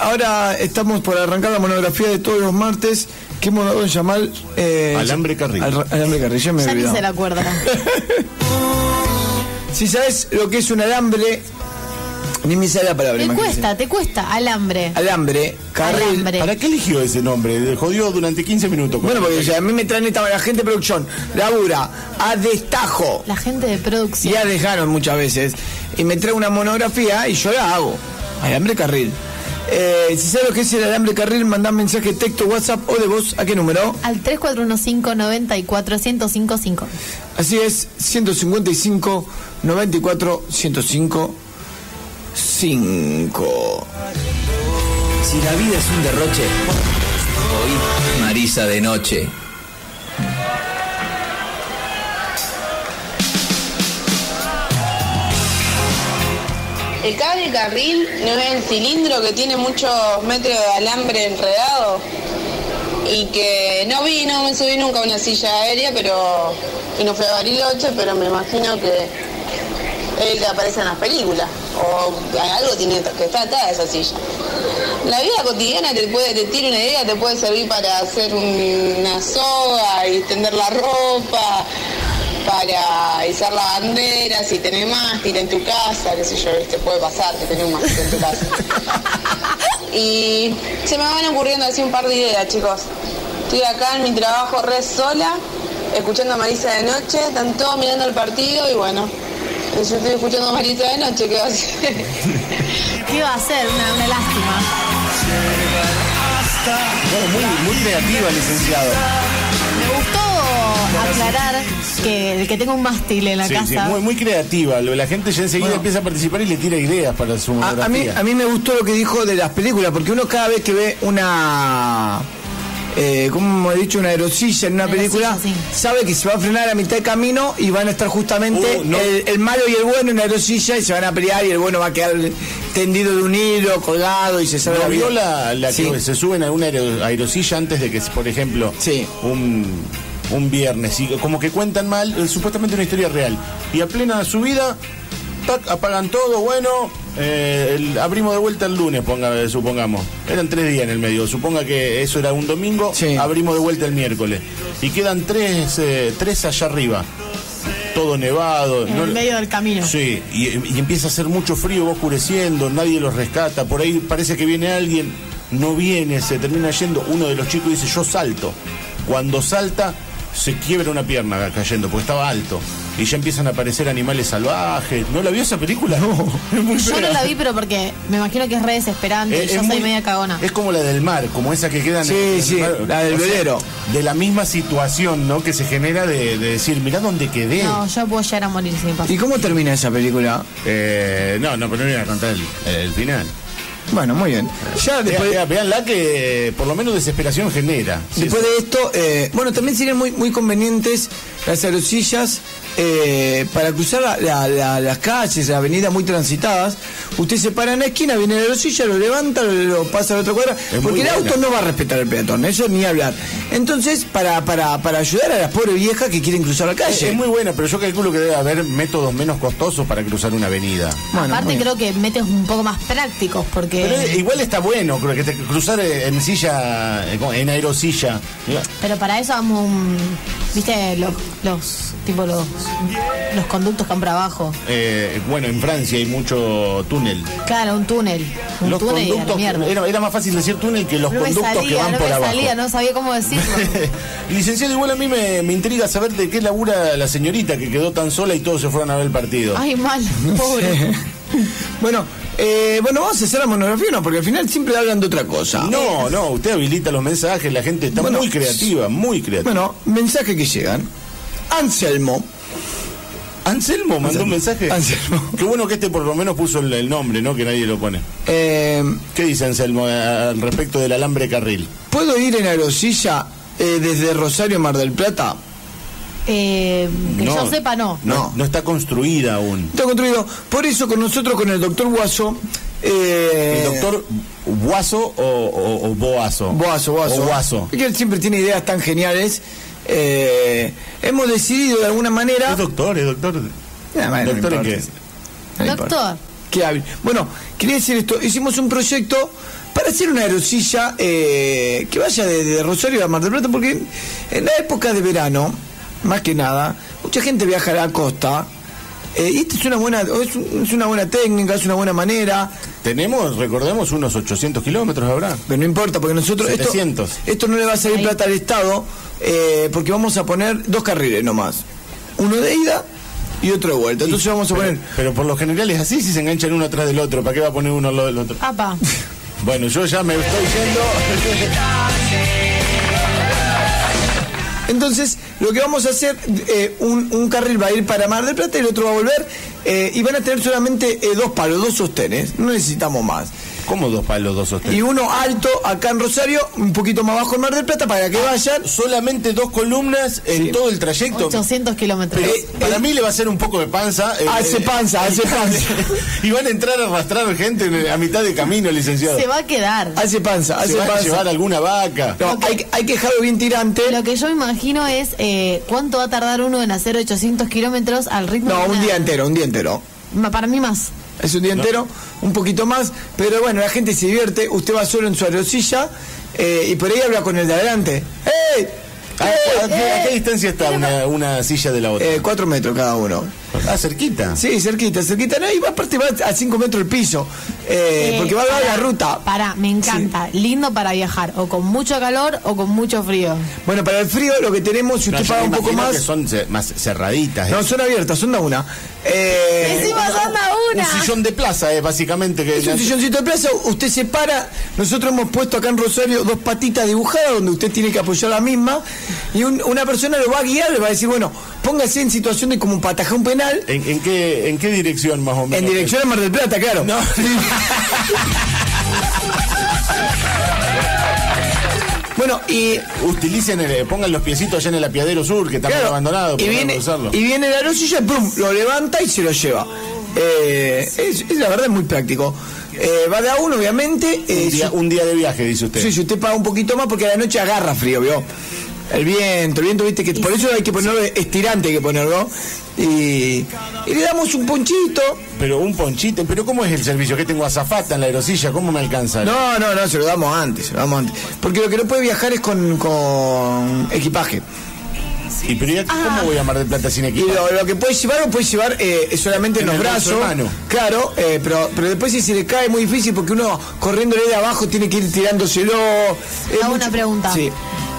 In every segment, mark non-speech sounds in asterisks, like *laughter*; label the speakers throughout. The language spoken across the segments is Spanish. Speaker 1: ahora estamos por arrancar la monografía de todos los martes que hemos dado en llamar. eh,
Speaker 2: Alambre Carril.
Speaker 1: al- alambre Carril, ya me
Speaker 3: Ya
Speaker 1: he
Speaker 3: ni
Speaker 1: olvidado.
Speaker 3: se la cuerda.
Speaker 1: Si sabes lo que es un alambre, ni me sale la palabra.
Speaker 3: te
Speaker 1: imagínense.
Speaker 3: cuesta, te cuesta. Alambre.
Speaker 1: Alambre, carril.
Speaker 3: Alambre.
Speaker 2: ¿Para qué eligió ese nombre? Jodió durante 15 minutos.
Speaker 1: Bueno, porque ya a mí me traen esta la gente de producción, labura, a destajo.
Speaker 3: La gente de producción.
Speaker 1: Ya dejaron muchas veces. Y me trae una monografía y yo la hago. Alambre carril. Eh, si sabes lo que es el alambre carril, mandá mensaje, texto, WhatsApp o de voz. ¿A qué número?
Speaker 3: Al 3415 94 1055.
Speaker 1: Así es, 155, 94, 105, 5.
Speaker 4: Si la vida es un derroche, hoy Marisa de noche.
Speaker 5: El cable carril no es el cilindro que tiene muchos metros de alambre enredado y que no vi, no me subí nunca a una silla aérea, pero y no fue a Bariloche, pero me imagino que es el que aparece en las películas o algo tiene que está atada a esa silla. La vida cotidiana te puede, te tiene una idea, te puede servir para hacer un- una soga y tender la ropa, para izar la bandera, si tenés mástil en tu casa, qué sé yo, te puede pasar que tenés un mástil en tu casa. Y se me van ocurriendo así un par de ideas, chicos. Estoy acá en mi trabajo re sola, escuchando a Marisa de noche, están todos mirando el partido y bueno, yo estoy escuchando a Marisa de noche, ¿qué va a hacer?
Speaker 3: ¿Qué va a ser? Una, una lástima.
Speaker 2: Bueno, muy, muy creativa, licenciado.
Speaker 3: Me gustó aclarar que el que tenga un mástil en la
Speaker 2: Sí,
Speaker 3: casa.
Speaker 2: sí, muy, muy creativa. Lo- La gente ya enseguida empieza a participar y le tira ideas para su
Speaker 1: A,
Speaker 2: monografía.
Speaker 1: a mí, a mí me gustó lo que dijo de las películas, porque uno cada vez que ve una. Eh, como he dicho, una aerosilla en una
Speaker 3: Una
Speaker 1: película,
Speaker 3: aerosilla,
Speaker 1: sabe que se va a frenar a mitad de camino y van a estar justamente
Speaker 2: Uh, no.
Speaker 1: el, el malo y el bueno en la aerosilla y se van a pelear y el bueno va a quedar tendido de un hilo, colgado y se sabe
Speaker 2: ¿No vio
Speaker 1: vida.
Speaker 2: la, la
Speaker 1: Sí.
Speaker 2: que se suben a una aero- aerosilla antes de que, por ejemplo,
Speaker 1: Sí.
Speaker 2: un, un viernes? Y como que cuentan mal, eh, supuestamente una historia real. Y a plena subida, tac, apagan todo, bueno, eh, el- abrimos de vuelta el lunes, ponga- eh, supongamos. Eran tres días en el medio. Suponga que eso era un domingo,
Speaker 1: Sí.
Speaker 2: abrimos de vuelta el miércoles. Y quedan tres, eh, tres allá arriba. Todo nevado.
Speaker 3: En
Speaker 2: no-
Speaker 3: el medio del camino.
Speaker 2: Sí, y, y empieza a hacer mucho frío, va oscureciendo, nadie los rescata, por ahí parece que viene alguien, no viene, se termina yendo, uno de los chicos dice, yo salto. Cuando salta, se quiebra una pierna cayendo, porque estaba alto. Y ya empiezan a aparecer animales salvajes. ¿No la vio esa película? No, es muy
Speaker 3: Yo
Speaker 2: fea.
Speaker 3: no la vi, pero porque me imagino que es re desesperante.
Speaker 2: Eh,
Speaker 3: y
Speaker 2: *laughs* es
Speaker 3: yo soy
Speaker 2: muy-
Speaker 3: media cagona.
Speaker 2: Es como la del mar, como esa que queda en
Speaker 1: Sí,
Speaker 2: en el
Speaker 1: sí,
Speaker 2: mar.
Speaker 1: la del
Speaker 2: O sea,
Speaker 1: velero.
Speaker 2: de la misma situación, ¿no? Que se genera de, de decir, mirá dónde quedé.
Speaker 3: No, yo puedo llegar a morir sin pasar.
Speaker 1: ¿Y cómo termina esa película?
Speaker 2: Eh, no, no, pero no iba a contar el- el final.
Speaker 1: Bueno, muy bien.
Speaker 3: *laughs*
Speaker 1: Ya
Speaker 2: Vea-
Speaker 1: después,
Speaker 2: vea- Veanla que eh, por lo menos desesperación genera. Sí,
Speaker 1: Después de esto, eh, bueno, también serían muy, muy convenientes las aerosillas eh, para cruzar la- la- la- las calles, las avenidas muy transitadas. Usted se para en la esquina, viene la aerosilla, lo levanta, lo, lo pasa a la otra cuadra,
Speaker 2: muy
Speaker 1: porque el
Speaker 2: buena.
Speaker 1: auto no va a respetar el peatón, eso ni hablar. Entonces, para, para, para ayudar a las pobres viejas que quieren cruzar la
Speaker 2: es,
Speaker 1: calle.
Speaker 2: es muy buena, pero yo calculo que debe haber métodos menos costosos para cruzar una avenida.
Speaker 1: bueno, muy
Speaker 3: Aparte
Speaker 1: bien.
Speaker 3: creo que metes un poco más prácticos porque...
Speaker 2: Pero
Speaker 3: Pero,
Speaker 2: eh, igual está bueno, creo que te- cruzar eh, en silla, eh, ¿cómo? en aerosilla.
Speaker 3: para eso vamos un... ¿Viste? Los, los tipo los, los conductos que van para abajo.
Speaker 2: Eh, bueno, en Francia hay mucho túnel.
Speaker 3: Claro, un túnel. Un
Speaker 2: Los
Speaker 3: túnel y a la
Speaker 2: conductos,
Speaker 3: mierda.
Speaker 2: era, era más fácil decir túnel que los
Speaker 3: no me
Speaker 2: conductos que
Speaker 3: salía,
Speaker 2: van
Speaker 3: no
Speaker 2: por
Speaker 3: me
Speaker 2: abajo.
Speaker 3: salía,
Speaker 2: *laughs*
Speaker 3: no sabía cómo decirlo.
Speaker 2: Licenciado, igual a mí me, me intriga saber de qué labura la señorita que quedó tan sola y todos se fueron a ver el partido.
Speaker 3: Ay, mal, pobre.
Speaker 1: *laughs* Bueno, eh, bueno, vamos a hacer la monografía o no, porque al final siempre hablan de otra cosa.
Speaker 2: No, no, usted habilita los mensajes, la gente está
Speaker 1: Ah, Bueno,
Speaker 2: muy creativa, muy creativa.
Speaker 1: Bueno, mensajes que llegan. Anselmo.
Speaker 2: Anselmo mandó un mensaje.
Speaker 1: Anselmo.
Speaker 2: Qué bueno que este por lo menos puso el, el nombre, ¿no? Que nadie lo pone.
Speaker 1: Eh,
Speaker 2: ¿Qué dice Anselmo eh, al respecto del alambre carril?
Speaker 1: ¿Puedo ir en aerosilla eh, desde Rosario a Mar del Plata?
Speaker 3: Eh, que yo sepa, no.
Speaker 2: No, no está construida aún.
Speaker 1: Está construido. Por eso con nosotros, con el doctor Guaso. eh,
Speaker 2: ¿El doctor Guaso o, o- o Boazo?
Speaker 1: Guaso, Guaso.
Speaker 2: O Guaso.
Speaker 1: Que él siempre tiene ideas tan geniales. Eh, hemos decidido de alguna manera.
Speaker 2: ¿Es doctor? ¿Es doctor?
Speaker 1: Ah, bueno, no
Speaker 2: ¿Doctor en
Speaker 1: importa.
Speaker 2: qué?
Speaker 1: No importa.
Speaker 3: Doctor.
Speaker 1: Qué hábil. Bueno, quería decir esto. Hicimos un proyecto para hacer una aerosilla eh, que vaya de, de Rosario a Mar del Plata, porque en, en la época de verano, más que nada, mucha gente viaja a la costa. eh, y esta es una buena, es un- es una buena técnica, es una buena manera.
Speaker 2: Tenemos, recordemos, unos 800 kilómetros habrá.
Speaker 1: Pero no importa, porque nosotros. esto-
Speaker 2: 700.
Speaker 1: Esto, no le va a salir plata al Estado, eh, porque vamos a poner dos carriles nomás: uno de ida y otro de vuelta. Entonces vamos a
Speaker 2: Pero,
Speaker 1: poner.
Speaker 2: pero por lo general es así si se enganchan uno atrás del otro. ¿Para qué va a poner uno al lado del otro? *laughs*
Speaker 3: Apa.
Speaker 2: Bueno, yo ya me estoy yendo. *laughs*
Speaker 1: Entonces, lo que vamos a hacer, eh, un, un carril va a ir para Mar del Plata y el otro va a volver, eh, y van a tener solamente eh, dos palos, dos sostenes. No necesitamos más.
Speaker 2: ¿Cómo dos palos, dos sostenes?
Speaker 1: Y uno alto acá en Rosario, un poquito más bajo en Mar del Plata, para que vayan.
Speaker 2: Solamente dos columnas en todo el trayecto.
Speaker 3: 800 kilómetros.
Speaker 2: Pero
Speaker 1: Eh, Ah,
Speaker 2: para mí le va a hacer un poco de panza. eh,
Speaker 1: Hace
Speaker 2: eh,
Speaker 1: panza, hace panza.
Speaker 2: *laughs* y van a entrar a arrastrar gente en- a mitad de camino, licenciado.
Speaker 3: Se va a quedar.
Speaker 1: *laughs* Hace panza,
Speaker 2: eh. Se
Speaker 1: hace
Speaker 2: van a
Speaker 1: panza.
Speaker 2: llevar alguna vaca.
Speaker 1: No, hay, que- hay que dejarlo bien tirante.
Speaker 2: eh.
Speaker 3: Lo que yo me imagino es eh, cuánto va a tardar uno en hacer 800 kilómetros al ritmo
Speaker 1: No,
Speaker 3: de
Speaker 1: un
Speaker 3: una-
Speaker 1: día entero, un día entero.
Speaker 3: Ma- Para mí más.
Speaker 1: Es un día entero, un poquito más, pero bueno, la gente se divierte, usted va solo en su aerosilla eh, y por ahí habla con el de adelante. ¡Ey!
Speaker 2: ¿A, Ah, a- a qué distancia está una, una silla de la otra?
Speaker 1: Eh, cuatro metros cada uno.
Speaker 2: ah, cerquita.
Speaker 1: Sí, cerquita, cerquita. No, y va- aparte va a 5 metros el piso. eh,
Speaker 3: Eh,
Speaker 1: porque va a dar la
Speaker 3: pará,
Speaker 1: ruta.
Speaker 3: Pará, me encanta. Lindo para viajar, o con mucho calor o con mucho frío.
Speaker 1: Bueno, para el frío lo que tenemos, si
Speaker 2: No,
Speaker 1: usted
Speaker 2: yo
Speaker 1: paga
Speaker 2: me
Speaker 1: un poco
Speaker 2: imagino
Speaker 1: más.
Speaker 2: que son ce- más cerraditas. eh.
Speaker 1: No, son abiertas, son da una. Eh,
Speaker 3: Encima son da una.
Speaker 2: Un sillón de plaza, eh, básicamente. Que
Speaker 1: es un silloncito de plaza, usted se para. Nosotros hemos puesto acá en Rosario dos patitas dibujadas donde usted tiene que apoyar la misma. Y un- una persona lo va a guiar, le va a decir, bueno, póngase en situación de como un patajón penal.
Speaker 2: ¿En, en qué, ¿En qué dirección más o menos?
Speaker 1: En dirección a Mar del Plata, claro. bueno, y
Speaker 2: Utilicen, el- eh, pongan los piecitos allá en el apiadero sur, que está
Speaker 1: Claro,
Speaker 2: abandonado.
Speaker 1: Y
Speaker 2: pero no
Speaker 1: viene,
Speaker 2: puedo usarlo.
Speaker 1: y viene la rosilla, pum, lo levanta y se lo lleva. Eh, es, es la verdad es muy práctico. Eh, va de a uno, obviamente. eh,
Speaker 2: un, día,
Speaker 1: si-
Speaker 2: un día de viaje, dice usted.
Speaker 1: sí, si usted paga un poquito más porque a la noche agarra frío, ¿vio? El viento, el viento, viste que por eso hay que ponerlo estirante, hay que ponerlo. Y, y le damos un ponchito.
Speaker 2: Pero un ponchito, pero ¿cómo es el servicio? ¿Qué tengo azafata en la aerosilla? ¿Cómo me alcanza?
Speaker 1: No, no, no, se lo damos antes, se lo damos antes. Porque lo que no puede viajar es con, con equipaje.
Speaker 2: ¿Y pero ya, cómo voy a Mar del Plata sin
Speaker 1: Y
Speaker 2: equipo?
Speaker 1: lo, lo que puede llevar, lo puede llevar eh, solamente en, los
Speaker 2: En el
Speaker 1: brazos.
Speaker 2: brazo de mano.
Speaker 1: Claro, eh, pero, pero después si se le cae es muy difícil porque uno corriendo de abajo tiene que ir tirándoselo. Es
Speaker 3: Te hago
Speaker 1: mucho-
Speaker 3: una pregunta.
Speaker 1: Sí.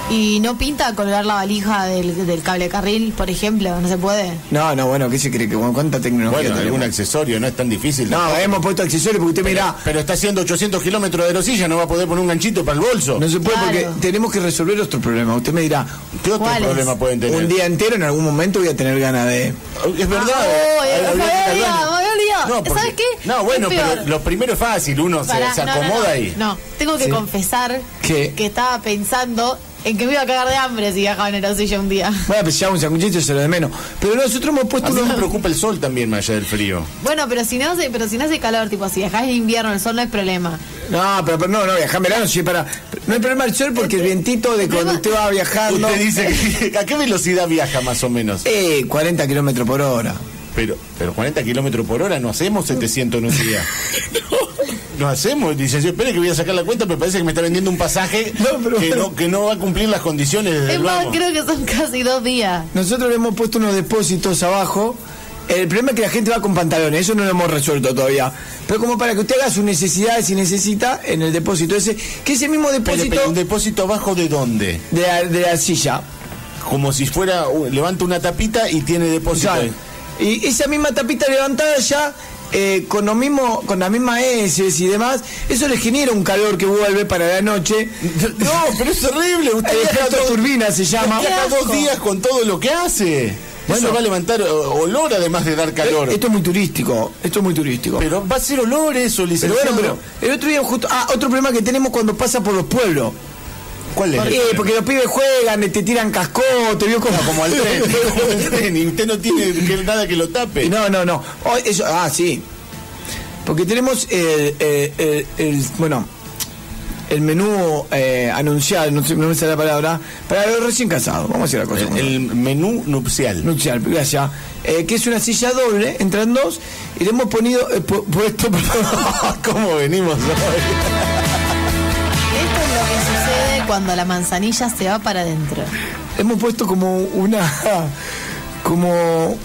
Speaker 3: ¿Y no pinta colgar la valija del, del cable carril, por ejemplo? ¿No se puede?
Speaker 1: No, no, bueno, ¿qué se cree? que bueno, ¿Cuánta tecnología
Speaker 2: Bueno,
Speaker 1: tenemos?
Speaker 2: algún accesorio, no es tan difícil.
Speaker 1: No, hemos puesto accesorios porque usted mirá,
Speaker 2: Pero está haciendo 800 kilómetros de aerosilla, no va a poder poner un ganchito para el bolso.
Speaker 1: no se puede
Speaker 3: Claro.
Speaker 1: porque tenemos que resolver otro problema. Usted me dirá,
Speaker 2: ¿Qué otro
Speaker 3: ¿Cuál es?
Speaker 2: problema pueden tener?
Speaker 1: un día entero en algún momento voy a tener ganas de...
Speaker 2: Es verdad.
Speaker 3: Ah,
Speaker 2: eh,
Speaker 3: oh,
Speaker 2: habría
Speaker 3: me
Speaker 2: que
Speaker 3: había
Speaker 2: ir al
Speaker 3: olvidado,
Speaker 2: baño.
Speaker 3: me había olvidado. ¿Sabes qué?
Speaker 2: No,
Speaker 3: Es
Speaker 2: bueno, pero
Speaker 3: peor.
Speaker 2: lo primero es fácil, uno se,
Speaker 3: Pará,
Speaker 2: se
Speaker 3: no, no,
Speaker 2: acomoda
Speaker 3: no.
Speaker 2: ahí.
Speaker 3: No, tengo que
Speaker 1: Sí.
Speaker 3: confesar
Speaker 1: ¿Qué?
Speaker 3: que estaba pensando en que me iba a cagar de hambre si viajaba en aerosilla un día. *laughs*
Speaker 1: Bueno, pues ya un sanguchito se lo de menos. Pero nosotros hemos puesto
Speaker 2: A mí me
Speaker 1: unos...
Speaker 2: preocupa el sol también, más allá del frío.
Speaker 3: Bueno, pero si no hace, pero si no hace calor, tipo, si viajás en invierno, el sol no es problema.
Speaker 1: No, pero, pero no, no, viajar en verano, sí, para... No hay problema el sol porque el vientito de cuando usted va viajando...
Speaker 2: Usted dice, que- *laughs* ¿a qué velocidad viaja más o menos?
Speaker 1: Eh, 40 kilómetros por hora.
Speaker 2: Pero, pero 40 kilómetros por hora no hacemos 700 en un
Speaker 1: *laughs*
Speaker 2: día. No hacemos, dice, yo espere que voy a sacar la cuenta, pero parece que me está vendiendo un pasaje
Speaker 1: *laughs* No, pero
Speaker 2: que,
Speaker 1: bueno.
Speaker 2: no, que no va a cumplir las condiciones. desde
Speaker 3: Es más,
Speaker 2: luego.
Speaker 3: creo que son casi dos días.
Speaker 1: Nosotros le hemos puesto unos depósitos abajo. El problema es que la gente va con pantalones, eso no lo hemos resuelto todavía. Pero como para que usted haga sus necesidades si necesita en el depósito ese, que ese mismo
Speaker 2: Pero, pero,
Speaker 1: depósito
Speaker 2: ¿Un depósito abajo de dónde?
Speaker 1: de la, de la silla.
Speaker 2: Como si fuera, uh, levanta una tapita y tiene
Speaker 1: o
Speaker 2: depósito.
Speaker 1: sea,
Speaker 2: ahí.
Speaker 1: y esa misma tapita levantada ya, eh, con lo mismo, con la misma S y demás, eso le genera un calor que vuelve para la noche.
Speaker 2: No, pero es horrible.
Speaker 1: *laughs*
Speaker 2: Usted
Speaker 1: El
Speaker 2: viaja
Speaker 1: efecto
Speaker 2: todo-
Speaker 1: turbina se llama.
Speaker 2: viaja dos días con todo lo que hace.
Speaker 1: Bueno. Eh,
Speaker 2: Eso va a levantar o- olor además de dar calor.
Speaker 1: Esto es muy turístico, esto es muy turístico.
Speaker 2: Pero va a ser olor eso,
Speaker 1: Pero
Speaker 2: licenciado.
Speaker 1: bueno, pero el otro día justo... Ah, otro problema que tenemos cuando pasa por los pueblos.
Speaker 2: ¿Cuál es?
Speaker 1: Eh, porque los pibes juegan, eh, te tiran cascote, vio como... *laughs*
Speaker 2: Como al tren. como al *laughs* tren, Y usted no tiene que- nada que lo tape.
Speaker 1: No, no, no. Hoy eso, ah, sí. Porque tenemos el, el- el- el- bueno, el menú eh, anunciado, no, sé- no me sale la palabra, para los recién casados. Vamos a decir la cosa.
Speaker 2: El, el menú nupcial.
Speaker 1: Nupcial, gracias. Eh, que es una silla doble, entran dos, *laughs* y le hemos ponido, eh, pu- puesto, perdón,
Speaker 2: ¿Cómo venimos hoy?
Speaker 3: cuando la manzanilla se va para adentro.
Speaker 1: Hemos puesto como una. *laughs* como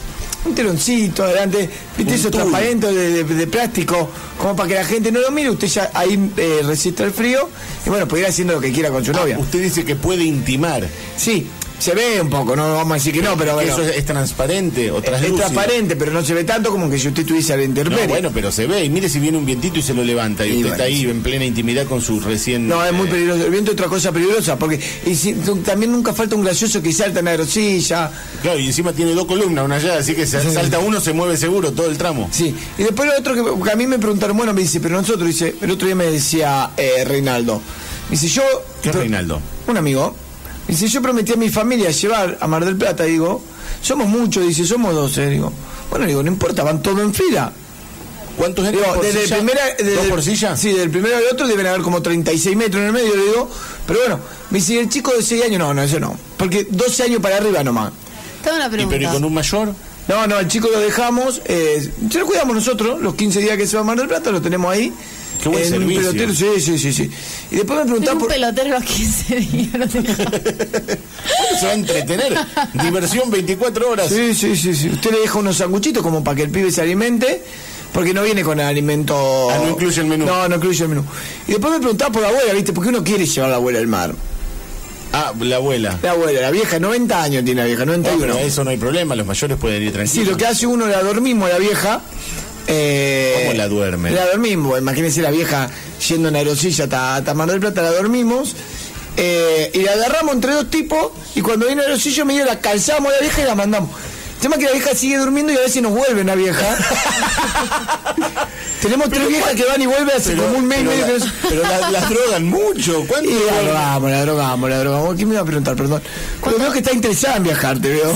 Speaker 1: un teloncito adelante, viste
Speaker 2: Un
Speaker 1: eso
Speaker 2: tul.
Speaker 1: transparente de, de- de plástico, como para que la gente no lo mire, usted ya ahí eh, resiste el frío y bueno, puede ir haciendo lo que quiera con su novia.
Speaker 2: Ah, Usted dice que puede intimar.
Speaker 1: Sí, se ve un poco, no vamos a decir que no, pero
Speaker 2: que
Speaker 1: bueno,
Speaker 2: eso
Speaker 1: es,
Speaker 2: es, es transparente o translúcido.
Speaker 1: transparente, pero no se ve tanto como que si usted estuviese al
Speaker 2: No,
Speaker 1: interperio.
Speaker 2: bueno, pero se ve. Y mire si viene un vientito y se lo levanta. Y,
Speaker 1: Y
Speaker 2: usted
Speaker 1: bueno,
Speaker 2: está ahí
Speaker 1: sí.
Speaker 2: en plena intimidad con su recién.
Speaker 1: No, es muy
Speaker 2: eh,
Speaker 1: peligroso. El viento es otra cosa peligrosa, porque y si- tu- también nunca falta un gracioso que salta en la grosilla.
Speaker 2: Claro, y encima tiene dos columnas, una allá, así que se
Speaker 1: Sí.
Speaker 2: salta uno, se mueve seguro todo el tramo.
Speaker 1: Sí. Y después lo otro que, que a mí me preguntaron, bueno, me dice, pero nosotros, dice, el otro día me decía eh, Reinaldo. Me dice, yo.
Speaker 2: ¿Qué es
Speaker 1: pro-
Speaker 2: Reinaldo?
Speaker 1: Un amigo. Me dice, yo prometí a mi familia llevar a Mar del Plata, digo, somos muchos, dice, somos 12, digo. Bueno, digo, no importa, van todos en fila.
Speaker 2: ¿Cuántos
Speaker 1: Digo,
Speaker 2: entran por
Speaker 1: desde el
Speaker 2: silla?
Speaker 1: primera, desde
Speaker 2: ¿Dos
Speaker 1: el-
Speaker 2: por silla?
Speaker 1: Sí, del primero al otro deben haber como 36 metros en el medio, le digo. Pero bueno, me dice, el chico de 6 años, no, no, eso no. Porque 12 años para arriba nomás.
Speaker 3: Tengo una
Speaker 2: Y,
Speaker 3: pregunta.
Speaker 2: pero ¿y con un mayor?
Speaker 1: No, no, el chico lo dejamos, eh, se lo cuidamos nosotros, los 15 días que se va a Mar del Plata, lo tenemos ahí.
Speaker 2: Qué buen
Speaker 1: en un
Speaker 2: servicio.
Speaker 1: pelotero, sí, sí, sí, sí. Y después me
Speaker 3: Tengo
Speaker 1: preguntaban
Speaker 3: un
Speaker 1: por...
Speaker 3: pelotero aquí sería,
Speaker 2: *laughs*
Speaker 3: no tengo-
Speaker 2: ¿Cómo se va
Speaker 1: *laughs*
Speaker 2: a entretener? Diversión 24 horas.
Speaker 1: Sí, sí, sí, sí. Usted le deja unos sanguchitos como para que el pibe se alimente, porque no viene con alimento...
Speaker 2: Ah, no incluye el menú.
Speaker 1: No, no incluye el menú. Y después me preguntaba por la abuela, ¿viste? Porque uno quiere llevar a la abuela al mar.
Speaker 2: Ah, la abuela.
Speaker 1: La abuela, la vieja, 90 años tiene la vieja,
Speaker 2: Ah,
Speaker 1: 91.
Speaker 2: pero eso no hay problema, los mayores pueden ir
Speaker 1: Sí,
Speaker 2: tranquilos.
Speaker 1: lo que hace uno, la dormimos a la vieja. eh,
Speaker 2: ¿Cómo la duerme?
Speaker 1: La dormimos, imagínense la vieja yendo en aerosilla hasta, hasta Mar del Plata, la dormimos. eh, y la agarramos entre dos tipos y cuando viene aerosilla medio la calzamos a la vieja y la mandamos. El tema es que la vieja sigue durmiendo y a veces nos vuelve la
Speaker 2: *laughs*
Speaker 1: vieja. Tenemos tres viejas que van y vuelven hace
Speaker 2: Pero-
Speaker 1: como un mes y
Speaker 2: pero
Speaker 1: medio
Speaker 2: la-
Speaker 1: que no se-
Speaker 2: pero la- las drogan mucho. ¿Cuánto?
Speaker 1: y la drogamos, la drogamos, la drogamos. ¿Quién me iba a preguntar? Perdón. Pero veo que está interesada en viajar, te veo.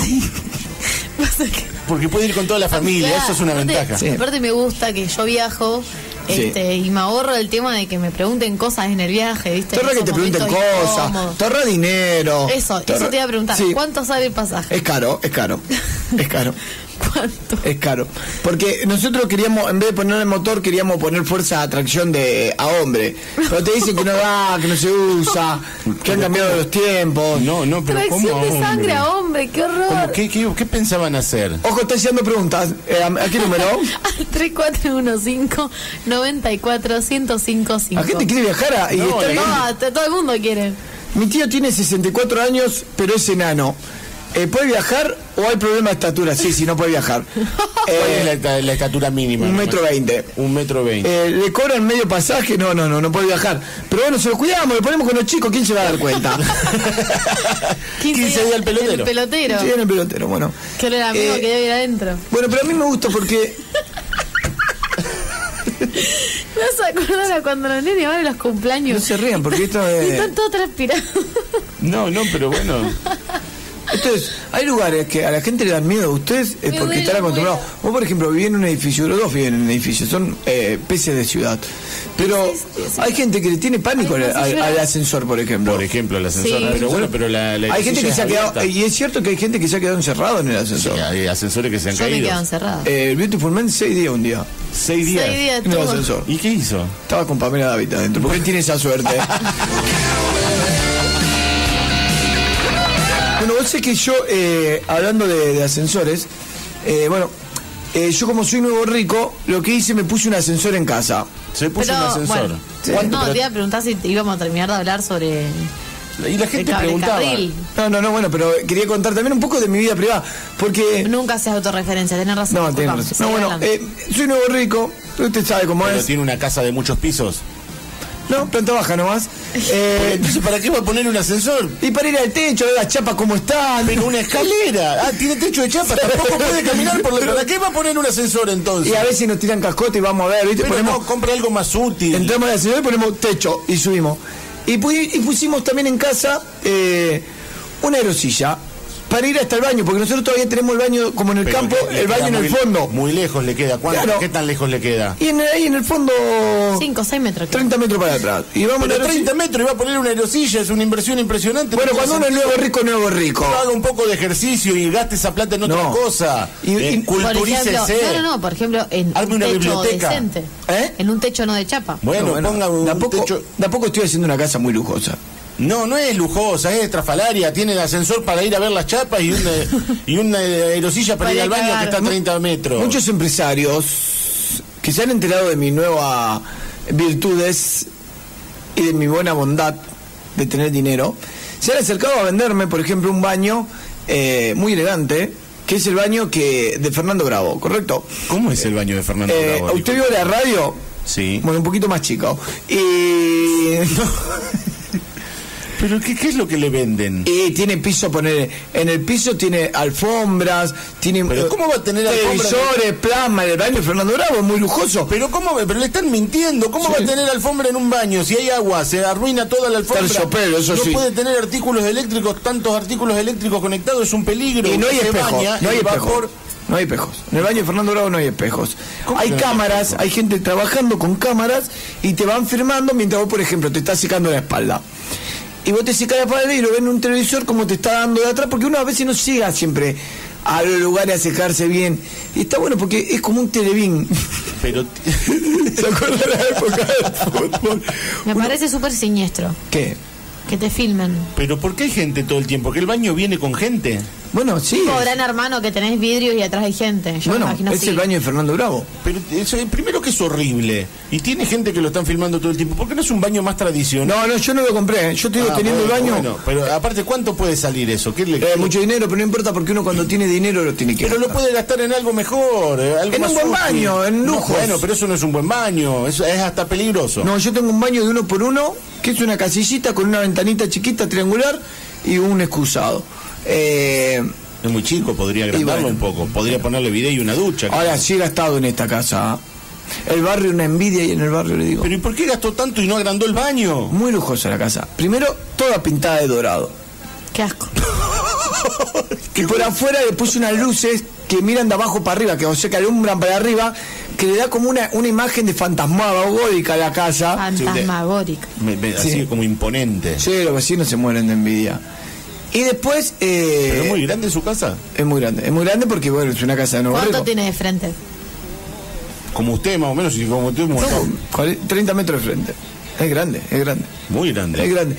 Speaker 3: Pasa que-
Speaker 2: Porque puede ir con toda la familia,
Speaker 3: Claro,
Speaker 2: eso es una
Speaker 3: aparte-
Speaker 2: ventaja.
Speaker 1: Sí.
Speaker 3: Aparte me gusta que yo viajo
Speaker 1: Sí.
Speaker 3: este, y me ahorro el tema de que me pregunten cosas en el viaje, ¿viste?
Speaker 1: Torra que
Speaker 3: Esos
Speaker 1: te pregunten
Speaker 3: momentos
Speaker 1: cosas,
Speaker 3: incómodos.
Speaker 1: torra dinero.
Speaker 3: Eso,
Speaker 1: torra-
Speaker 3: eso te iba a preguntar.
Speaker 1: Sí.
Speaker 3: ¿Cuánto sale el pasaje?
Speaker 1: Es caro, es caro. Es caro,
Speaker 2: Eh,
Speaker 3: ¿Cuánto?
Speaker 1: es caro. Porque nosotros queríamos, en vez de poner el motor, queríamos poner fuerza de atracción de, a hombre. Pero te dicen que no va, que no se usa, que han cambiado los tiempos.
Speaker 2: No, no, pero ¿cómo?
Speaker 3: Tracción de
Speaker 2: hombre?
Speaker 3: sangre a hombre, qué
Speaker 2: ¿Cómo?
Speaker 3: horror.
Speaker 2: ¿Qué, qué, qué pensaban hacer?
Speaker 1: Ojo, está haciendo preguntas. Eh, ¿A qué número?
Speaker 3: *laughs* 3415 94
Speaker 1: ¿A gente quiere viajar? a- y
Speaker 2: No,
Speaker 1: está
Speaker 2: la
Speaker 1: bien.
Speaker 3: No, t- todo el mundo quiere.
Speaker 1: Mi tío tiene 64 años, pero es enano. Eh, ¿Puede viajar o hay problema de estatura? Sí, sí, no puede
Speaker 3: *laughs*
Speaker 1: viajar.
Speaker 2: ¿Cuál es
Speaker 1: Eh,
Speaker 2: la, esta- la estatura mínima?
Speaker 1: un metro veinte.
Speaker 2: Un metro veinte.
Speaker 1: Eh, le cobran medio pasaje, no, no, no, no puede viajar. Pero bueno, se lo cuidamos, lo ponemos con los chicos, ¿quién se va a dar
Speaker 3: *laughs*
Speaker 1: cuenta?
Speaker 2: 15 días al pelotero.
Speaker 3: El pelotero.
Speaker 1: Sí, en el pelotero, bueno.
Speaker 3: Que era el amigo
Speaker 1: Eh,
Speaker 3: que debe ir adentro.
Speaker 1: Bueno, pero a mí me gusta porque
Speaker 3: ¿No se acuerdan a cuando los nenes van a los
Speaker 1: no
Speaker 3: cumpleaños?
Speaker 1: se rían, porque esto
Speaker 3: *laughs* Y
Speaker 1: es,
Speaker 3: están todos transpirados.
Speaker 2: No, no, pero bueno.
Speaker 1: esto es- hay lugares que a la gente le dan miedo, ustedes es
Speaker 3: Me
Speaker 1: porque
Speaker 3: duele
Speaker 1: están
Speaker 3: la
Speaker 1: acostumbrados.
Speaker 3: muela.
Speaker 1: Vos, por ejemplo, vivís en un edificio, los dos viven en un edificio, son eh, peces de ciudad. Pero hay gente que le tiene pánico
Speaker 3: Ay,
Speaker 1: al,
Speaker 3: no, si
Speaker 1: al-
Speaker 3: llora.
Speaker 1: al ascensor, por ejemplo.
Speaker 2: Por ejemplo, el ascensor.
Speaker 3: Sí.
Speaker 2: Pero bueno, pero la, la
Speaker 1: hay gente
Speaker 2: silla
Speaker 1: que se ha
Speaker 2: es
Speaker 1: quedado,
Speaker 2: abierta.
Speaker 1: y es cierto que hay gente que se ha quedado encerrado en el ascensor.
Speaker 2: Sí, hay ascensores que se han
Speaker 3: Yo me
Speaker 2: caído.
Speaker 3: quedo encerrada.
Speaker 1: Eh, el Beautiful Man, seis días un día.
Speaker 2: Seis días.
Speaker 3: Seis días
Speaker 1: En el
Speaker 3: todo.
Speaker 1: ascensor.
Speaker 2: ¿Y qué hizo?
Speaker 1: Estaba con Pamela David adentro. ¿Por qué tiene esa suerte?
Speaker 2: *laughs*
Speaker 1: bueno, vos sé que yo, eh, hablando de, de ascensores, eh, bueno, eh, yo como soy nuevo rico, lo que hice me puse un ascensor en casa.
Speaker 2: Se puso
Speaker 3: Pero,
Speaker 2: un ascensor.
Speaker 3: bueno,
Speaker 1: Sí.
Speaker 2: ¿Cuánto?
Speaker 3: no,
Speaker 2: Pero-
Speaker 3: te iba a preguntar si te íbamos a terminar de hablar sobre
Speaker 2: Y la
Speaker 3: el
Speaker 2: gente
Speaker 3: cable
Speaker 2: preguntaba.
Speaker 3: carril.
Speaker 1: No, no, no, bueno, pero quería contar también un poco de mi vida privada, porque...
Speaker 3: Nunca seas autorreferencia, tenés razón.
Speaker 1: No, tenés
Speaker 3: disculpa,
Speaker 1: razón. No,
Speaker 3: sigue
Speaker 1: bueno,
Speaker 3: hablando.
Speaker 1: eh, soy nuevo rico, usted sabe cómo
Speaker 2: Pero
Speaker 1: es.
Speaker 2: tiene una casa de muchos pisos.
Speaker 1: No, planta baja nomás. Eh,
Speaker 2: Entonces, ¿para qué va a poner un ascensor?
Speaker 1: y para ir al techo, ver las chapas cómo están.
Speaker 2: Pero una escalera. Ah, tiene techo de chapa. Tampoco puede caminar por la. ¿Para qué va a poner un ascensor entonces?
Speaker 1: Y a veces nos tiran cascote y vamos a ver, ¿viste?
Speaker 2: Pero
Speaker 1: Ponemos-
Speaker 2: no, compra algo más útil.
Speaker 1: Entramos a la ciudad y ponemos techo y subimos. Y, pu- y pusimos también en casa eh, una aerosilla para ir hasta el baño, porque nosotros todavía tenemos el baño como en el
Speaker 2: Pero
Speaker 1: campo,
Speaker 2: le- le
Speaker 1: el baño
Speaker 2: queda
Speaker 1: en el
Speaker 2: muy-
Speaker 1: fondo.
Speaker 2: Muy lejos le queda. ¿Cuánto,
Speaker 1: Claro.
Speaker 2: ¿Qué tan lejos le queda?
Speaker 1: Y en, ahí en el fondo,
Speaker 3: Cinco, seis metros.
Speaker 1: 30 metros para atrás. Y vamos en
Speaker 2: Pero
Speaker 1: la aerosilla.
Speaker 2: 30 metros y va a poner una aerosilla, es una inversión impresionante.
Speaker 1: Bueno,
Speaker 2: No
Speaker 1: cuando uno
Speaker 2: tiene
Speaker 1: es nuevo rico, nuevo rico.
Speaker 2: sentido. haga un poco de ejercicio y gaste esa plata en otra
Speaker 1: No.
Speaker 2: cosa.
Speaker 1: Y-
Speaker 2: Eh,
Speaker 1: y-
Speaker 3: Por
Speaker 2: culturícese.
Speaker 3: ejemplo, no, no, no, por ejemplo, en
Speaker 2: Arme
Speaker 3: un
Speaker 2: una
Speaker 3: techo
Speaker 2: biblioteca.
Speaker 3: decente.
Speaker 1: ¿Eh?
Speaker 3: En un techo no de chapa.
Speaker 2: Bueno,
Speaker 1: No,
Speaker 2: ponga un
Speaker 1: tampoco,
Speaker 2: techo.
Speaker 1: tampoco estoy haciendo una casa muy lujosa.
Speaker 2: No, no es lujosa, es estrafalaria. Tiene el ascensor para ir a ver las chapas y
Speaker 1: *laughs*
Speaker 2: una, y una aerosilla para,
Speaker 3: Para
Speaker 2: ir al baño
Speaker 3: cagar.
Speaker 2: que está a 30 metros.
Speaker 1: Muchos empresarios que se han enterado de mis nuevas virtudes y de mi buena bondad de tener dinero, se han acercado a venderme, por ejemplo, un baño eh, muy elegante, que es el baño que de Fernando Bravo, ¿correcto?
Speaker 2: ¿Cómo es el baño de Fernando
Speaker 1: Eh,
Speaker 2: Bravo,
Speaker 1: ¿Usted
Speaker 2: Nico?
Speaker 1: vio la radio?
Speaker 2: Sí.
Speaker 1: Bueno, un poquito más chico. Y, *laughs*
Speaker 2: ¿Pero qué, qué es lo que le venden?
Speaker 1: y tiene piso, poner en el piso tiene alfombras, tiene eh,
Speaker 2: Pero ¿cómo va a tener alfombras?
Speaker 1: televisores, plasma en el baño de Fernando Bravo, es muy lujoso.
Speaker 2: Pero cómo, me- pero le están mintiendo, ¿cómo
Speaker 1: Sí.
Speaker 2: va a tener alfombra en un baño? Si hay agua, se arruina toda la alfombra.
Speaker 1: Terciopelo, eso
Speaker 2: no
Speaker 1: sí.
Speaker 2: puede tener artículos eléctricos, tantos artículos eléctricos conectados, es un peligro.
Speaker 1: Y no hay
Speaker 2: Se
Speaker 1: espejos.
Speaker 2: baña,
Speaker 1: No hay
Speaker 2: el
Speaker 1: espejos.
Speaker 2: vapor-
Speaker 1: No hay espejos. En el baño de Fernando Bravo no hay espejos. Hay
Speaker 2: que no hay
Speaker 1: cámaras, hay gente trabajando con cámaras y te van firmando mientras vos, por ejemplo, te estás secando la espalda. Y vos te secas la espalda y lo ven en un televisor como te está dando de atrás, porque uno a veces no llega siempre a los lugares a secarse bien. Y está bueno porque es como un
Speaker 2: *laughs*
Speaker 1: televín.
Speaker 2: Pero
Speaker 1: ¿Se acuerdan la época del fútbol?
Speaker 3: Me parece súper siniestro
Speaker 1: ¿Qué?
Speaker 3: que te filmen.
Speaker 2: Pero ¿por qué hay gente todo el tiempo? ¿Que el baño viene con gente?
Speaker 1: Bueno, sí.
Speaker 3: Tipo
Speaker 1: es-
Speaker 3: gran hermano que tenés vidrios y atrás hay gente. Yo me
Speaker 1: Bueno,
Speaker 3: imagino
Speaker 1: es
Speaker 3: así.
Speaker 1: el baño de Fernando Bravo.
Speaker 2: Pero eso, eh, primero que es horrible. Y tiene gente que lo están filmando todo el tiempo. ¿Por qué no es un baño más tradicional?
Speaker 1: No, no, yo no lo compré. ¿eh? Yo te digo,
Speaker 2: Ah,
Speaker 1: teniendo
Speaker 2: bueno,
Speaker 1: el baño.
Speaker 2: bueno, pero aparte, ¿cuánto puede salir eso? ¿Qué le-
Speaker 1: Eh, mucho dinero, pero no importa porque uno cuando tiene dinero lo tiene que
Speaker 2: Pero lo
Speaker 1: gastar.
Speaker 2: puede gastar en algo mejor. eh, algo
Speaker 1: En
Speaker 2: más
Speaker 1: un buen
Speaker 2: útil.
Speaker 1: baño, en
Speaker 2: No,
Speaker 1: lujos.
Speaker 2: bueno, pero eso no es un buen baño. Eso es hasta peligroso.
Speaker 1: No, yo tengo un baño de uno por uno, que es una casillita con una ventanita chiquita, triangular y un excusado. Eh,
Speaker 2: Es muy chico, podría agrandarlo
Speaker 1: bueno.
Speaker 2: un poco. Podría ponerle bidet y una ducha.
Speaker 1: ahora sí he gastado en esta casa. El barrio, una envidia y en el barrio le digo.
Speaker 2: Pero ¿y por qué gastó tanto y no agrandó el baño?
Speaker 1: Muy lujosa la casa. Primero, toda pintada de *laughs* dorado.
Speaker 3: Qué asco.
Speaker 1: Y por afuera le puse unas luces que miran de abajo para arriba, que o sea que alumbran para arriba, que le da como una, una imagen de fantasmagórica a la casa.
Speaker 3: Fantasmagórico.
Speaker 2: Me- me- Así
Speaker 1: Sí.
Speaker 2: como imponente.
Speaker 1: Sí, los vecinos se mueren de envidia. Y después... eh,
Speaker 2: ¿Pero es muy grande su casa?
Speaker 1: es muy grande. Es muy grande porque, bueno, es una casa de Nuevo
Speaker 3: ¿Cuánto
Speaker 1: Rico.
Speaker 3: tiene de frente?
Speaker 2: Como usted, más o menos, y como usted, muy,
Speaker 1: No, cuare- 30 metros de frente. Es grande, es grande.
Speaker 2: muy
Speaker 1: Es
Speaker 2: grande.
Speaker 1: grande.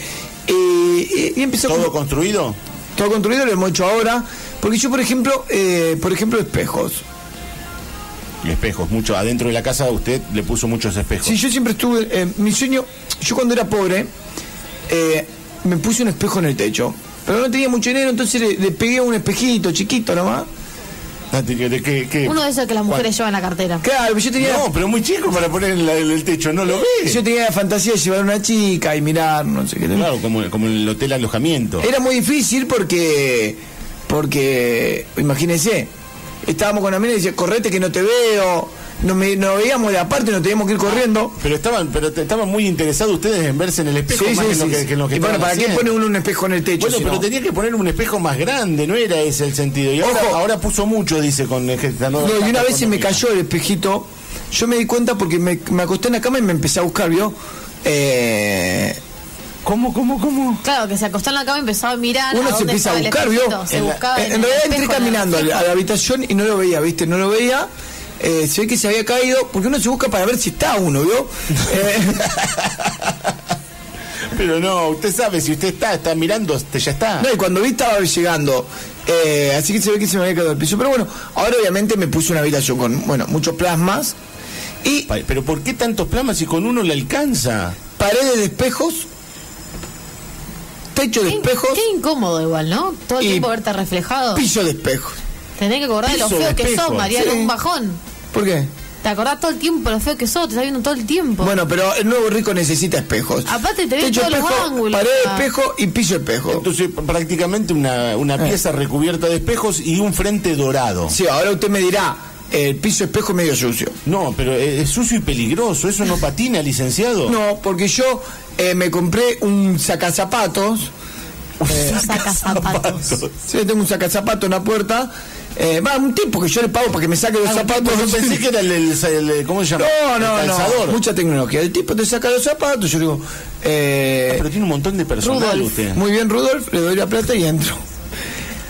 Speaker 1: Y, y- y empezó
Speaker 2: ¿Todo
Speaker 1: Eh, como-
Speaker 2: construido?
Speaker 1: todo construido, lo hemos hecho ahora. Porque yo, por ejemplo, eh, por ejemplo, espejos.
Speaker 2: Y espejos, mucho. Adentro de la casa usted le puso muchos espejos.
Speaker 1: Sí, yo siempre estuve... eh, mi sueño... Yo cuando era pobre, eh, me puse un espejo en el techo. Pero no tenía mucho dinero, entonces le, le pegué un espejito chiquito nomás.
Speaker 2: Ah, ¿de qué- de qué- qué?
Speaker 3: Uno de esos que las mujeres llevan en la cartera.
Speaker 1: Claro, yo tenía...
Speaker 2: No, pero muy chico para poner en, la- en el techo, no lo
Speaker 1: Yo
Speaker 2: ve.
Speaker 1: tenía la fantasía de llevar una chica y mirar, no sé qué.
Speaker 2: Claro, como, como en el hotel alojamiento.
Speaker 1: Era muy difícil porque, porque, imagínense, estábamos con la mina y decía, correte que no te veo, no, me, no veíamos de aparte, no teníamos que ir corriendo.
Speaker 2: Pero estaban pero te- estaban muy interesados ustedes en verse en el espejo
Speaker 1: Sí, sí,
Speaker 2: más que, en
Speaker 1: sí,
Speaker 2: lo que,
Speaker 1: sí.
Speaker 2: que en lo que
Speaker 1: Y bueno,
Speaker 2: estaban
Speaker 1: ¿para qué
Speaker 2: haciendo.
Speaker 1: pone uno un espejo en el techo?
Speaker 2: Bueno,
Speaker 1: si
Speaker 2: pero
Speaker 1: no?
Speaker 2: tenía que poner un espejo más grande, no era ese el sentido. Y ahora,
Speaker 1: Ojo.
Speaker 2: ahora puso mucho, dice, con esta nueva
Speaker 1: No, y una
Speaker 2: etapa
Speaker 1: vez se me
Speaker 2: económica.
Speaker 1: cayó el espejito. Yo me di cuenta porque me, me acosté en la cama y me empecé a buscar, ¿vio? Eh,
Speaker 2: ¿Cómo, cómo, cómo?
Speaker 3: Claro, que se acostó en la cama y empezaba a mirar.
Speaker 1: Uno
Speaker 3: a
Speaker 1: se
Speaker 3: dónde
Speaker 1: empieza a
Speaker 3: estaba
Speaker 1: buscar,
Speaker 3: el
Speaker 1: ¿vio?
Speaker 3: espejito. Se
Speaker 1: En, la-
Speaker 3: buscaba
Speaker 1: en
Speaker 3: el
Speaker 1: realidad entré
Speaker 3: espejo, en el
Speaker 1: caminando a la, a
Speaker 3: espejo.
Speaker 1: la habitación y no lo veía, ¿viste? No lo veía. Eh, se ve que se había caído, porque uno se busca para ver si está uno,
Speaker 3: *laughs*
Speaker 1: ¿vio? Eh, *laughs*
Speaker 2: Pero no, usted sabe, si usted está, está mirando, usted ya está.
Speaker 1: no, y cuando vi estaba llegando. Eh, así que se ve que se me había caído al piso. Pero bueno, ahora obviamente me puse una habitación con, bueno, muchos plasmas. Y
Speaker 2: Pa- Pero ¿por qué tantos plamas si con uno le alcanza?
Speaker 1: paredes de espejos. Techo de
Speaker 3: Qué-
Speaker 1: espejos.
Speaker 3: Qué incómodo igual, ¿no? Todo el
Speaker 1: Y-
Speaker 3: tiempo verte reflejado.
Speaker 1: Piso de espejos.
Speaker 3: Tenés que acordar de lo
Speaker 2: piso de
Speaker 3: feo que
Speaker 2: espejo.
Speaker 3: sos, María,
Speaker 1: Sí.
Speaker 3: un bajón.
Speaker 1: ¿Por qué?
Speaker 3: Te acordás todo el tiempo lo feo que sos, te estás viendo todo el tiempo.
Speaker 1: Bueno, pero el nuevo rico necesita espejos.
Speaker 3: Aparte te ven
Speaker 1: Techo
Speaker 3: todos los
Speaker 1: espejo,
Speaker 3: ángulos.
Speaker 1: Pared de
Speaker 3: Ah.
Speaker 1: espejo y piso de espejo.
Speaker 2: Entonces, pr- prácticamente una, una
Speaker 1: Eh.
Speaker 2: pieza recubierta de espejos y un frente dorado.
Speaker 1: Sí, ahora usted me dirá, el piso espejo es medio sucio.
Speaker 2: No, pero eh, es sucio y peligroso. Eso no patina, licenciado.
Speaker 1: No, porque yo eh, me compré un sacazapatos. *laughs*
Speaker 3: Saca zapatos.
Speaker 1: Sí, tengo un sacazapato en la puerta. Eh, va, un tipo que yo le pago para que me saque los
Speaker 2: Ah,
Speaker 1: zapatos.
Speaker 2: yo pensé que era el, el- el- ¿cómo se llama?
Speaker 1: No, no,
Speaker 2: el
Speaker 1: no.
Speaker 2: calzador.
Speaker 1: Mucha tecnología. El tipo te saca los zapatos. Yo le digo, eh,
Speaker 2: Pero tiene un montón de personal
Speaker 3: Rudolf.
Speaker 2: usted.
Speaker 1: muy bien, Rudolf, le doy la plata y entro.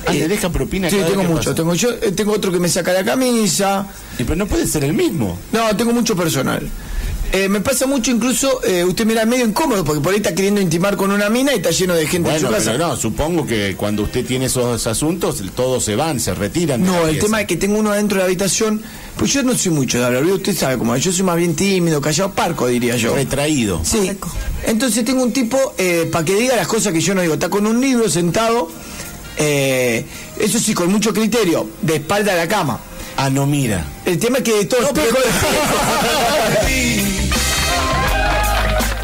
Speaker 2: Ah, le
Speaker 1: Eh,
Speaker 2: deja propina
Speaker 1: Sí,
Speaker 2: cada vez
Speaker 1: tengo
Speaker 2: que
Speaker 1: mucho.
Speaker 2: pasa.
Speaker 1: Tengo, yo, eh, tengo otro que me saca la camisa.
Speaker 2: Y, pero no puede ser el mismo.
Speaker 1: No, tengo mucho personal. Eh, me pasa mucho incluso, eh, usted mira medio incómodo, porque por ahí está queriendo intimar con una mina y está lleno de gente en
Speaker 2: Bueno,
Speaker 1: su casa.
Speaker 2: pero no, supongo que cuando usted tiene esos asuntos, todos se van, se retiran. de la
Speaker 1: No, el
Speaker 2: pieza.
Speaker 1: tema es que tengo uno adentro de la habitación, pues yo no soy mucho de hablar, ¿vio? usted sabe cómo es, yo soy más bien tímido, callado parco, diría yo.
Speaker 2: Retraído.
Speaker 1: Sí. Entonces tengo un tipo eh, para que diga las cosas que yo no digo. Está con un libro sentado, eh, eso sí, con mucho criterio, de espalda a la cama.
Speaker 2: Ah, no mira.
Speaker 1: El tema es que de todo este espejo-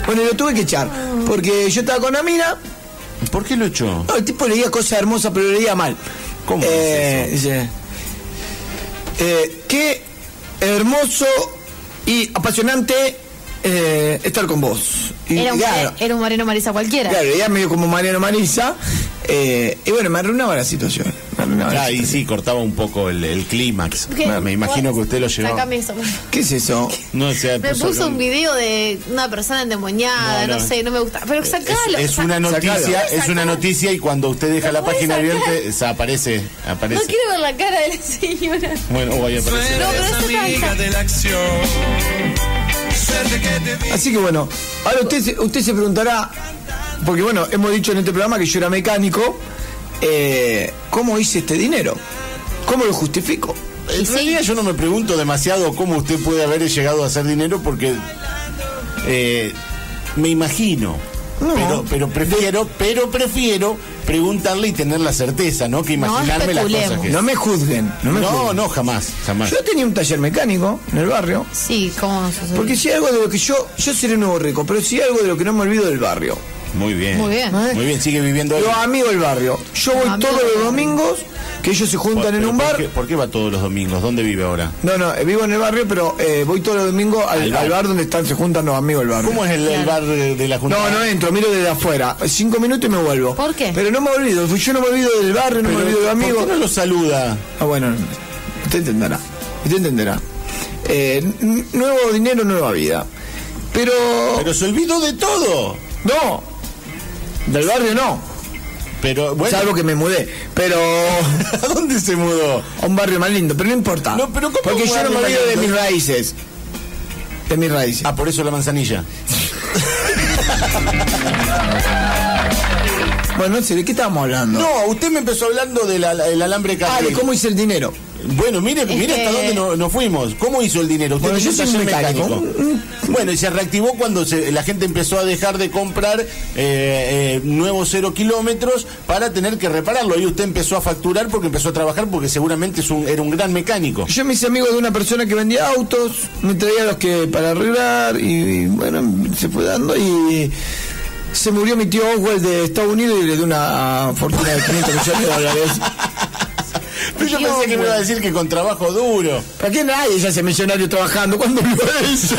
Speaker 1: Bueno, lo tuve que echar, porque yo estaba con una mina,
Speaker 2: ¿Por qué lo echó?
Speaker 1: no, el tipo leía cosas hermosas, pero leía mal.
Speaker 2: ¿Cómo
Speaker 1: Eh, dice, eh, qué hermoso y apasionante eh, estar con vos. Y
Speaker 3: Era un,
Speaker 1: claro,
Speaker 3: era un Mariano Marisa cualquiera.
Speaker 1: Claro, ella medio como Mariano Marisa. eh, y bueno, me arruinaba la situación. me arruinaba la
Speaker 2: Ah, y
Speaker 1: situación.
Speaker 2: sí, cortaba un poco el, el clímax.
Speaker 3: ¿Qué?
Speaker 2: Me imagino que usted lo llevó.
Speaker 3: Sácame eso.
Speaker 1: ¿Qué es eso?
Speaker 2: No, o sea,
Speaker 3: Me
Speaker 2: puso-
Speaker 3: puso un video de una persona endemoniada,
Speaker 2: No,
Speaker 3: no,
Speaker 2: no.
Speaker 3: sé, no me gusta. Pero sacalo.
Speaker 2: Es, es
Speaker 3: sa-
Speaker 2: una noticia,
Speaker 3: sacalo.
Speaker 2: es una noticia y cuando usted deja
Speaker 3: ¿Lo
Speaker 2: la
Speaker 3: puede
Speaker 2: página
Speaker 3: sacar?
Speaker 2: abierta se aparece,
Speaker 3: No
Speaker 2: aparece.
Speaker 3: quiero ver la cara de la señora.
Speaker 2: Bueno, o ahí aparece.
Speaker 3: No, pero eso cansa.
Speaker 6: de la acción. Suerte que te vi.
Speaker 1: Así que bueno, ahora usted, se- usted se preguntará, porque bueno, hemos dicho en este programa que yo era mecánico, eh, ¿cómo hice este dinero? ¿Cómo lo justifico?
Speaker 2: En
Speaker 3: sí.
Speaker 2: realidad yo no me pregunto demasiado cómo usted puede haber llegado a hacer dinero porque eh, me imagino.
Speaker 1: No.
Speaker 2: Pero, pero prefiero, pero prefiero preguntarle y tener la certeza, ¿no? Que imaginarme las cosas
Speaker 3: especulemos.
Speaker 2: que.
Speaker 1: No me juzguen, no me
Speaker 2: no,
Speaker 1: juzguen. Ah.
Speaker 2: no, jamás, jamás.
Speaker 1: Yo tenía un taller mecánico en el barrio,
Speaker 3: Sí, cómo no sucedió?
Speaker 1: porque si algo de lo que yo, yo seré un nuevo rico, pero si algo de lo que no me olvido del barrio.
Speaker 2: Muy bien.
Speaker 3: Muy bien.
Speaker 2: Muy bien, sigue viviendo ahí.
Speaker 1: Los amigos del barrio. Yo voy
Speaker 3: amigos
Speaker 1: todos
Speaker 3: del
Speaker 1: los
Speaker 3: barrio.
Speaker 1: domingos, que ellos se juntan en
Speaker 2: Pero
Speaker 1: un
Speaker 2: ¿por
Speaker 1: bar.
Speaker 2: qué- ¿Por qué va todos los domingos? ¿Dónde vive ahora?
Speaker 1: No, no, eh, vivo en el barrio, pero eh, voy todos los domingos al,
Speaker 2: Al
Speaker 1: al
Speaker 2: bar.
Speaker 1: bar. donde están, se juntan los amigos del barrio.
Speaker 2: ¿Cómo es el, el bar de, de la Junta?
Speaker 1: No, no entro, miro desde afuera. Cinco minutos y me vuelvo.
Speaker 3: ¿Por qué?
Speaker 1: Pero no me olvido, yo no me olvido del barrio, no
Speaker 2: Pero,
Speaker 1: me olvido de los
Speaker 2: ¿por
Speaker 1: amigos.
Speaker 2: qué no lo saluda?
Speaker 1: Ah, bueno, usted entenderá. Usted entenderá. Eh, n- nuevo dinero, nueva vida. Pero,
Speaker 2: Pero se olvidó de todo.
Speaker 1: No, del barrio no.
Speaker 2: Pero bueno,
Speaker 1: Salvo que me mudé. Pero.
Speaker 2: *laughs* ¿a dónde se mudó?
Speaker 1: a un barrio más lindo, pero no importa.
Speaker 2: No, pero ¿cómo
Speaker 1: Porque
Speaker 2: un
Speaker 1: yo no me
Speaker 2: barrio
Speaker 1: olvido
Speaker 2: más
Speaker 1: de
Speaker 2: lindo?
Speaker 1: mis raíces. De mis raíces.
Speaker 2: Ah, por eso la manzanilla.
Speaker 1: Bueno, no sé, ¿de qué estábamos hablando?
Speaker 2: Ah. No, usted me empezó hablando del ala- el alambre
Speaker 1: Ah, de
Speaker 2: caliente.
Speaker 1: cómo hice el dinero.
Speaker 2: Bueno, mire, mire
Speaker 3: que-
Speaker 2: hasta dónde no- nos fuimos. ¿Cómo hizo el dinero? Usted
Speaker 1: Bueno,
Speaker 2: tenía
Speaker 1: yo
Speaker 2: un
Speaker 1: soy
Speaker 2: taller
Speaker 1: mecánico.
Speaker 2: Bueno, y se reactivó cuando se- la gente empezó a dejar de comprar eh, eh, nuevos cero kilómetros para tener que repararlo. Y usted empezó a facturar porque empezó a trabajar porque seguramente es un- era un gran mecánico.
Speaker 1: Yo me hice amigo de una persona que vendía autos, me traía los que para arreglar y, y, bueno, se fue dando y se murió mi tío Oswald de Estados Unidos y le dio una fortuna de 500 millones de dólares.
Speaker 2: Pero yo
Speaker 3: Dios,
Speaker 2: pensé que me iba a decir que con trabajo duro.
Speaker 1: ¿Para qué nadie se hace millonario trabajando? ¿Cuándo vio eso?